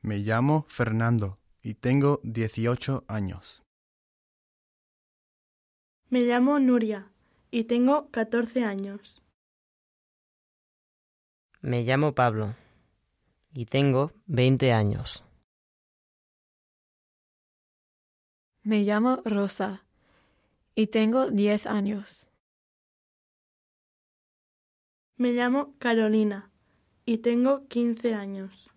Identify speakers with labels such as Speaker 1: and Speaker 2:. Speaker 1: Me llamo Fernando y tengo 18 años.
Speaker 2: Me llamo Nuria y tengo 14 años.
Speaker 3: Me llamo Pablo y tengo 20 años.
Speaker 4: Me llamo Rosa y tengo 10 años.
Speaker 2: Me llamo Carolina y tengo 15 años.